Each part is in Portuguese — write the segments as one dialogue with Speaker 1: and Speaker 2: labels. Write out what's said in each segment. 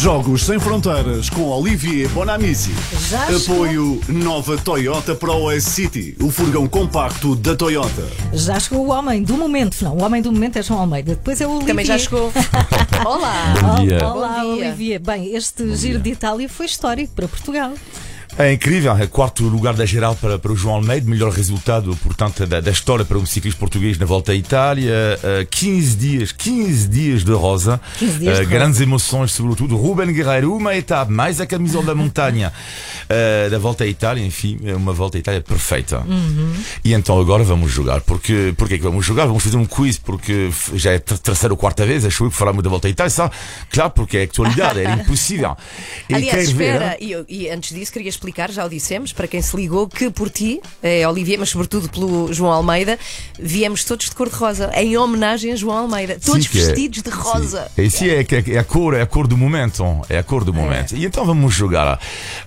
Speaker 1: Jogos Sem Fronteiras com Olivier Bonamici.
Speaker 2: Já chegou.
Speaker 1: Apoio Nova Toyota Pro S City, o furgão compacto da Toyota.
Speaker 2: Já chegou o homem do momento. Não, o homem do momento é João Almeida. Depois é o Olivier.
Speaker 3: Também já chegou. Olá!
Speaker 2: Ol-
Speaker 4: Bom dia.
Speaker 2: Olá,
Speaker 3: Bom dia.
Speaker 2: Olivier. Bem, este giro de Itália foi histórico para Portugal.
Speaker 4: É incrível, é quarto lugar da geral para, para o João Almeida, melhor resultado, portanto, da, da história para um ciclista português na volta à Itália. Eh, 15 dias, 15 dias de rosa,
Speaker 2: 15 dias
Speaker 4: Eh,
Speaker 2: de
Speaker 4: grandes emoções, sobretudo. Ruben Guerreiro, uma etapa, mais a camisola da montanha eh, da volta à Itália, enfim, é uma volta à Itália perfeita. E então agora vamos jogar, porque porque é que vamos jogar? Vamos fazer um quiz, porque f- já é ter- terceira ou quarta vez, acho eu, que falamos da volta à Itália, sabe? Claro, porque é atualidade, era impossível. E
Speaker 3: Aliás,
Speaker 4: quero ver,
Speaker 3: espera, e, eu- e antes disso queria explicar, já o dissemos, para quem se ligou, que por ti, eh, Olivier, mas sobretudo pelo João Almeida, viemos todos de cor-de-rosa, em homenagem a João Almeida. Todos
Speaker 4: Sim, que é-
Speaker 3: vestidos de rosa.
Speaker 4: Sim. Esse é, que é, é a cor, é a cor do momento. É a cor do momento. E então vamos jogar.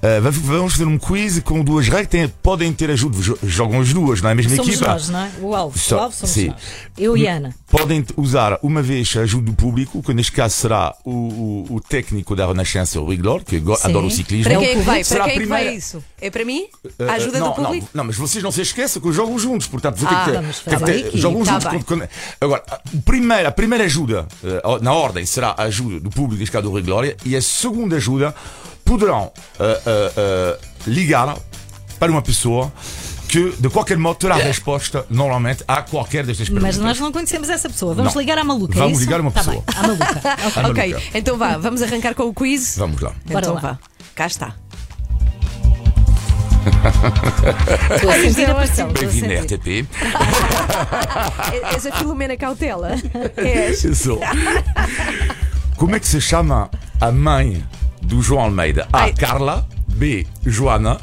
Speaker 4: Eh, va- vamos fazer um quiz com duas regras. Tem- podem ter ajuda. Jo- Jogam as duas na mesma
Speaker 2: Somos
Speaker 4: equipa.
Speaker 2: nós, não é? O alvo.
Speaker 4: Só-
Speaker 2: o alvo somos
Speaker 4: sim. Hum.
Speaker 2: nós. Eu e a Ana.
Speaker 4: Podem t- usar uma vez a ajuda do público, que neste caso será o, o- o técnico da Renascença, o Riglor, que go-
Speaker 2: Sim.
Speaker 4: adora o ciclismo.
Speaker 3: Para quem é que vai?
Speaker 4: Será
Speaker 3: Para quem é que vai
Speaker 4: primeira-
Speaker 3: isso? É para mim?
Speaker 4: Eh,
Speaker 3: A ajuda
Speaker 4: não,
Speaker 3: do público?
Speaker 4: Não, não, mas vocês não se esqueçam que jogam juntos, portanto vou ter
Speaker 3: Ah,
Speaker 4: que ter-
Speaker 2: vamos
Speaker 4: ter, que
Speaker 2: fazer
Speaker 4: ter-
Speaker 3: aqui.
Speaker 4: jogam
Speaker 3: Tá
Speaker 4: juntos.
Speaker 3: bem.
Speaker 4: quando- quando- agora, a primeira, a primeira ajuda eh, ó, na ordem será a ajuda do público de Escada do Rio de Glória e a segunda ajuda poderão eh, eh, eh, ligar para uma pessoa que de qualquer modo terá a resposta normalmente a qualquer destas perguntas.
Speaker 2: Mas nós não conhecemos essa pessoa. Vamos
Speaker 4: Não.
Speaker 2: ligar à maluca. é
Speaker 4: Vamos
Speaker 2: isso?
Speaker 4: ligar a uma
Speaker 2: Tá
Speaker 4: pessoa.
Speaker 2: bem, à maluca. Ok.
Speaker 4: Ah,
Speaker 3: ok, Eh,
Speaker 4: Manuca.
Speaker 3: então vá, vamos arrancar com o quiz.
Speaker 4: Vamos lá.
Speaker 2: Bora
Speaker 3: então
Speaker 2: lá.
Speaker 3: vá, cá está.
Speaker 2: Estou a sentir
Speaker 3: então,
Speaker 2: a pressão. estou a
Speaker 4: Bem-vindo na
Speaker 2: sentir.
Speaker 4: RTP.
Speaker 3: É- És a Filomena Cautela. És.
Speaker 4: Eu sou. Como é que se chama a mãe do João Almeida? A.
Speaker 3: Ai.
Speaker 4: Carla. B. Joana.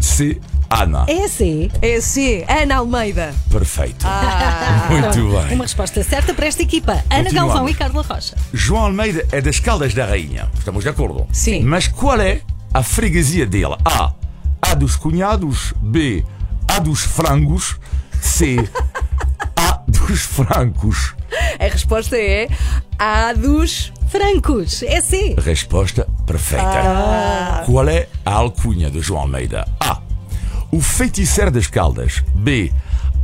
Speaker 4: C. Ana.
Speaker 2: É assim.
Speaker 3: É sim, Ana Almeida.
Speaker 4: Perfeito.
Speaker 3: Ah.
Speaker 4: Muito bem.
Speaker 2: Uma resposta certa para esta equipa. Ana
Speaker 4: Continuamos.
Speaker 2: Galvão e Carla Rocha.
Speaker 4: João Almeida é das Caldas da Rainha. Estamos de acordo?
Speaker 3: Sim.
Speaker 4: Mas qual é a freguesia dele? A. A dos cunhados. B. A dos frangos. C. A dos francos.
Speaker 3: A resposta é a dos
Speaker 2: Francos. É assim.
Speaker 4: Resposta perfeita. Qual é a alcunha de João Almeida? A. O feiticeiro das Caldas. B.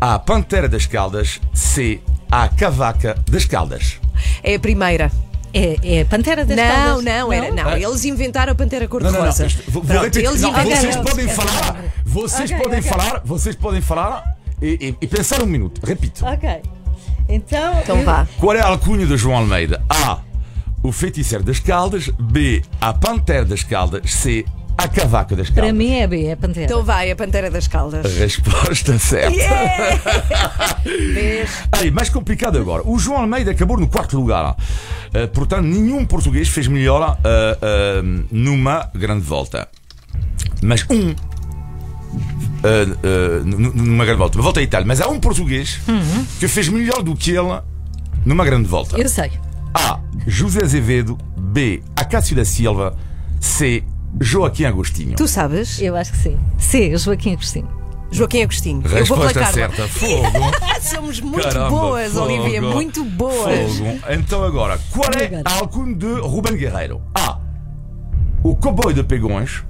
Speaker 4: A pantera das Caldas. C. A cavaca das Caldas.
Speaker 3: É a primeira.
Speaker 2: É, é Pantera das
Speaker 3: Não,
Speaker 2: Caldas.
Speaker 3: não, era. Não, eles inventaram a Pantera
Speaker 4: Não, não, não.
Speaker 3: cor-de-rosa.
Speaker 4: Isto- vou- vou
Speaker 3: Pronto,
Speaker 4: repetir.
Speaker 3: Eles
Speaker 4: Não, vocês
Speaker 3: inventaram.
Speaker 4: podem falar. Vocês
Speaker 2: Ok,
Speaker 4: podem
Speaker 2: ok.
Speaker 4: falar. Vocês podem falar. E, e- e pensar um minuto. Repito.
Speaker 2: Ok. Então.
Speaker 3: Então
Speaker 2: eu-
Speaker 3: vá.
Speaker 4: Qual é a alcunha de João Almeida? A. O feiticeiro das Caldas. B. A pantera das Caldas. C. A cavaca das Caldas.
Speaker 2: Para mim é B, é Pantera.
Speaker 3: Então vai, a Pantera das Caldas.
Speaker 4: Resposta certa.
Speaker 3: Vês?
Speaker 4: Aí, mais complicado agora. O João Almeida acabou no quarto lugar. Eh, portanto, nenhum português fez melhor eh, eh, numa grande volta. Mas um. eh, eh, nu- numa grande volta. Uma volta à Itália. Mas há um português
Speaker 3: Uhum.
Speaker 4: que fez melhor do que ele numa grande volta.
Speaker 2: Eu sei.
Speaker 4: A. José Azevedo. B. Acácio da Silva. C. Joaquim Agostinho.
Speaker 3: Tu sabes?
Speaker 2: Eu acho que sim. C, Joaquim Agostinho.
Speaker 3: Joaquim Agostinho. Eu vou pela
Speaker 4: Resposta
Speaker 3: Carla.
Speaker 4: certa. Fogo.
Speaker 3: Somos muito
Speaker 4: Caramba,
Speaker 3: boas,
Speaker 4: fogo.
Speaker 3: Olivia, muito boas.
Speaker 4: Fogo. Então agora, qual é a alcunha de Ruben Guerreiro? A. O cowboy de Pegões.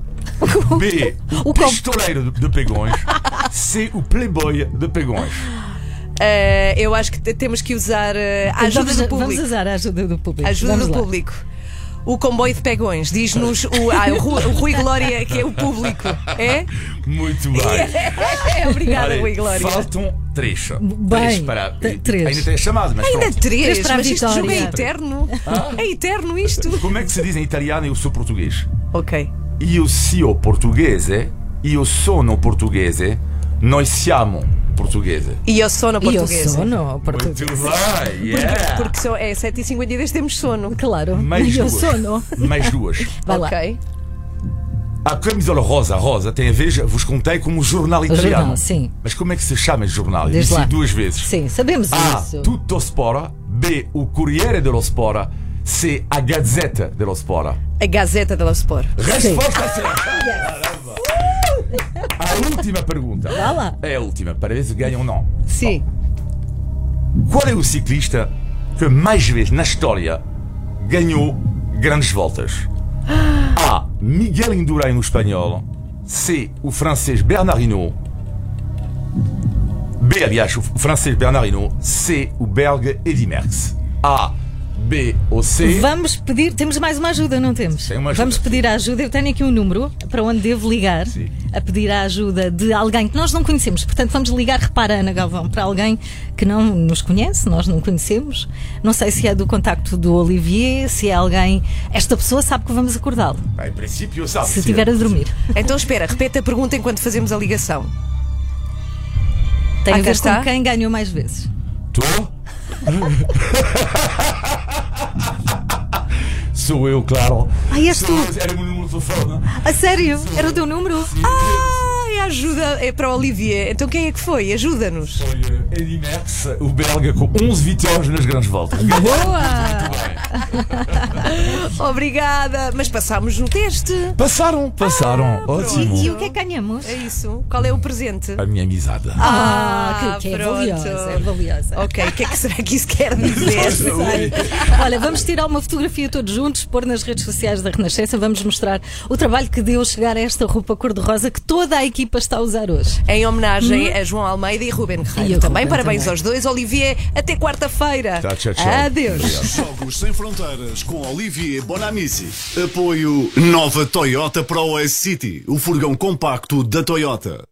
Speaker 4: B. O
Speaker 2: O co-
Speaker 4: pistoleiro de, de Pegões. C. O playboy de Pegões.
Speaker 3: Eh, eu acho que te- temos que usar eh, a ajuda
Speaker 2: vamos,
Speaker 3: do
Speaker 2: Vamos
Speaker 3: público.
Speaker 2: usar a ajuda do público.
Speaker 3: A ajuda
Speaker 2: Vamos
Speaker 3: do
Speaker 2: lá.
Speaker 3: público. O comboio de pegões, diz-nos o, ah, o Ru- o Rui Glória, que é o público. É?
Speaker 4: Muito bem.
Speaker 3: É, obrigada,
Speaker 4: Olha,
Speaker 3: Rui Glória.
Speaker 4: faltam três.
Speaker 2: Bem,
Speaker 4: três para.
Speaker 2: t- três.
Speaker 4: Ainda tem chamado, mas
Speaker 3: Ainda
Speaker 4: pronto.
Speaker 3: três,
Speaker 2: Três para a
Speaker 3: mas isto jogo é
Speaker 2: vitória.
Speaker 3: eterno. É eterno isto.
Speaker 4: Como é que se diz em italiano eu sou português?
Speaker 3: Ok.
Speaker 4: Io sou portuguese, io sono portuguese, noi siamo portuguese.
Speaker 3: E eu sono
Speaker 2: E eu
Speaker 3: portuguesa.
Speaker 2: sou, não,
Speaker 4: Muito
Speaker 2: português.
Speaker 4: bem, yeah.
Speaker 3: Porque só é 7h52 temos sono.
Speaker 2: Claro.
Speaker 4: Mais
Speaker 2: eu
Speaker 4: duas.
Speaker 2: sou, não.
Speaker 4: Mais duas.
Speaker 2: Vai lá.
Speaker 3: ok.
Speaker 4: A camisola rosa, rosa, tem a ver, já vos contei, como um jornal italiano.
Speaker 2: jornal, sim.
Speaker 4: Mas como é que se chama esse jornal?
Speaker 2: Diz
Speaker 4: Disse
Speaker 2: lá.
Speaker 4: duas vezes. Ah,
Speaker 2: Sim, sabemos
Speaker 4: A.
Speaker 2: isso.
Speaker 4: Tutto Spora. B. O Corriere dello Spora. C. A Gazzetta dello Spora.
Speaker 3: A Gazeta dello Sport.
Speaker 4: Resposta certa.
Speaker 2: Ah,
Speaker 4: Caramba. A última pergunta.
Speaker 2: Vá lá.
Speaker 4: É a última, para ver se ganham ou não.
Speaker 3: Sim.
Speaker 4: Qual é o ciclista que mais vezes na história ganhou grandes voltas? A. Miguel Indurain, o espanhol. C. O francês Bernard Hinault. B, aliás, o francês Bernard Hinault. C. O belga Eddy Merckx. A. B ou C.
Speaker 2: Vamos pedir, temos mais uma ajuda, não temos?
Speaker 4: Tem uma ajuda.
Speaker 2: Vamos pedir a ajuda. Eu tenho aqui um número para onde devo ligar
Speaker 4: Sim.
Speaker 2: a pedir a ajuda de alguém que nós não conhecemos. Portanto, vamos ligar, repara, Ana Galvão, para alguém que não nos conhece, nós não conhecemos. Não sei se é do contacto do Olivier, se é alguém. Esta pessoa sabe que vamos acordá-lo,
Speaker 4: Ah, em princípio, sabe.
Speaker 2: se estiver a dormir.
Speaker 3: Então espera, repete a pergunta enquanto fazemos a ligação.
Speaker 2: Tem
Speaker 3: Ah,
Speaker 2: a
Speaker 3: cá
Speaker 2: ver
Speaker 3: está.
Speaker 2: com quem ganhou mais vezes.
Speaker 4: Tu? Sou eu, claro.
Speaker 2: Ah, és
Speaker 4: Sou
Speaker 2: tu.
Speaker 4: eu, Era o meu número de telefone.
Speaker 2: A sério? Era o teu número?
Speaker 3: Ah, é ajuda é para a Olivia. Então quem é que foi? Ajuda-nos.
Speaker 4: Foi eh, Eddy Merckx, o belga, com 11 vitórias nas grandes voltas.
Speaker 2: Boa!
Speaker 3: Obrigada. Mas passámos no teste.
Speaker 4: Passaram, passaram. Ótimo.
Speaker 2: E, e o que é que ganhamos?
Speaker 3: É isso. Qual é o presente?
Speaker 4: A minha amizade.
Speaker 2: Ah, que, que é
Speaker 3: pronto.
Speaker 2: valiosa, é valiosa.
Speaker 3: Ok, o que é que será que isso quer dizer?
Speaker 2: Olha, vamos tirar uma fotografia todos juntos, pôr nas redes sociais da Renascença, vamos mostrar o trabalho que deu chegar a esta roupa cor-de-rosa que toda a equipa está a usar hoje.
Speaker 3: em homenagem a João Almeida e Ruben Guerreiro.
Speaker 2: Hum? E a
Speaker 3: também
Speaker 2: Ruben
Speaker 3: parabéns
Speaker 2: também.
Speaker 3: aos dois. Olivier, até quarta-feira.
Speaker 4: Tchau, tchau, tchau.
Speaker 3: Adeus.
Speaker 1: Jogos Sem Fronteiras com Olivier Bonamici. Apoio Nova Toyota Pro S City, o furgão compacto da Toyota.